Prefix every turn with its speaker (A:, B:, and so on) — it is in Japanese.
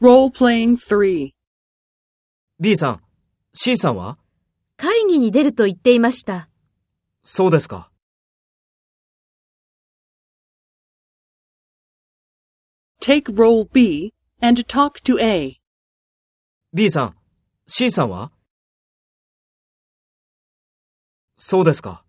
A: Role playing 3.
B: B さん、C さんは
C: 会議に出ると言っていました。
B: そうですか。
A: Take role B and talk to A.
B: B さん、C さんはそうですか。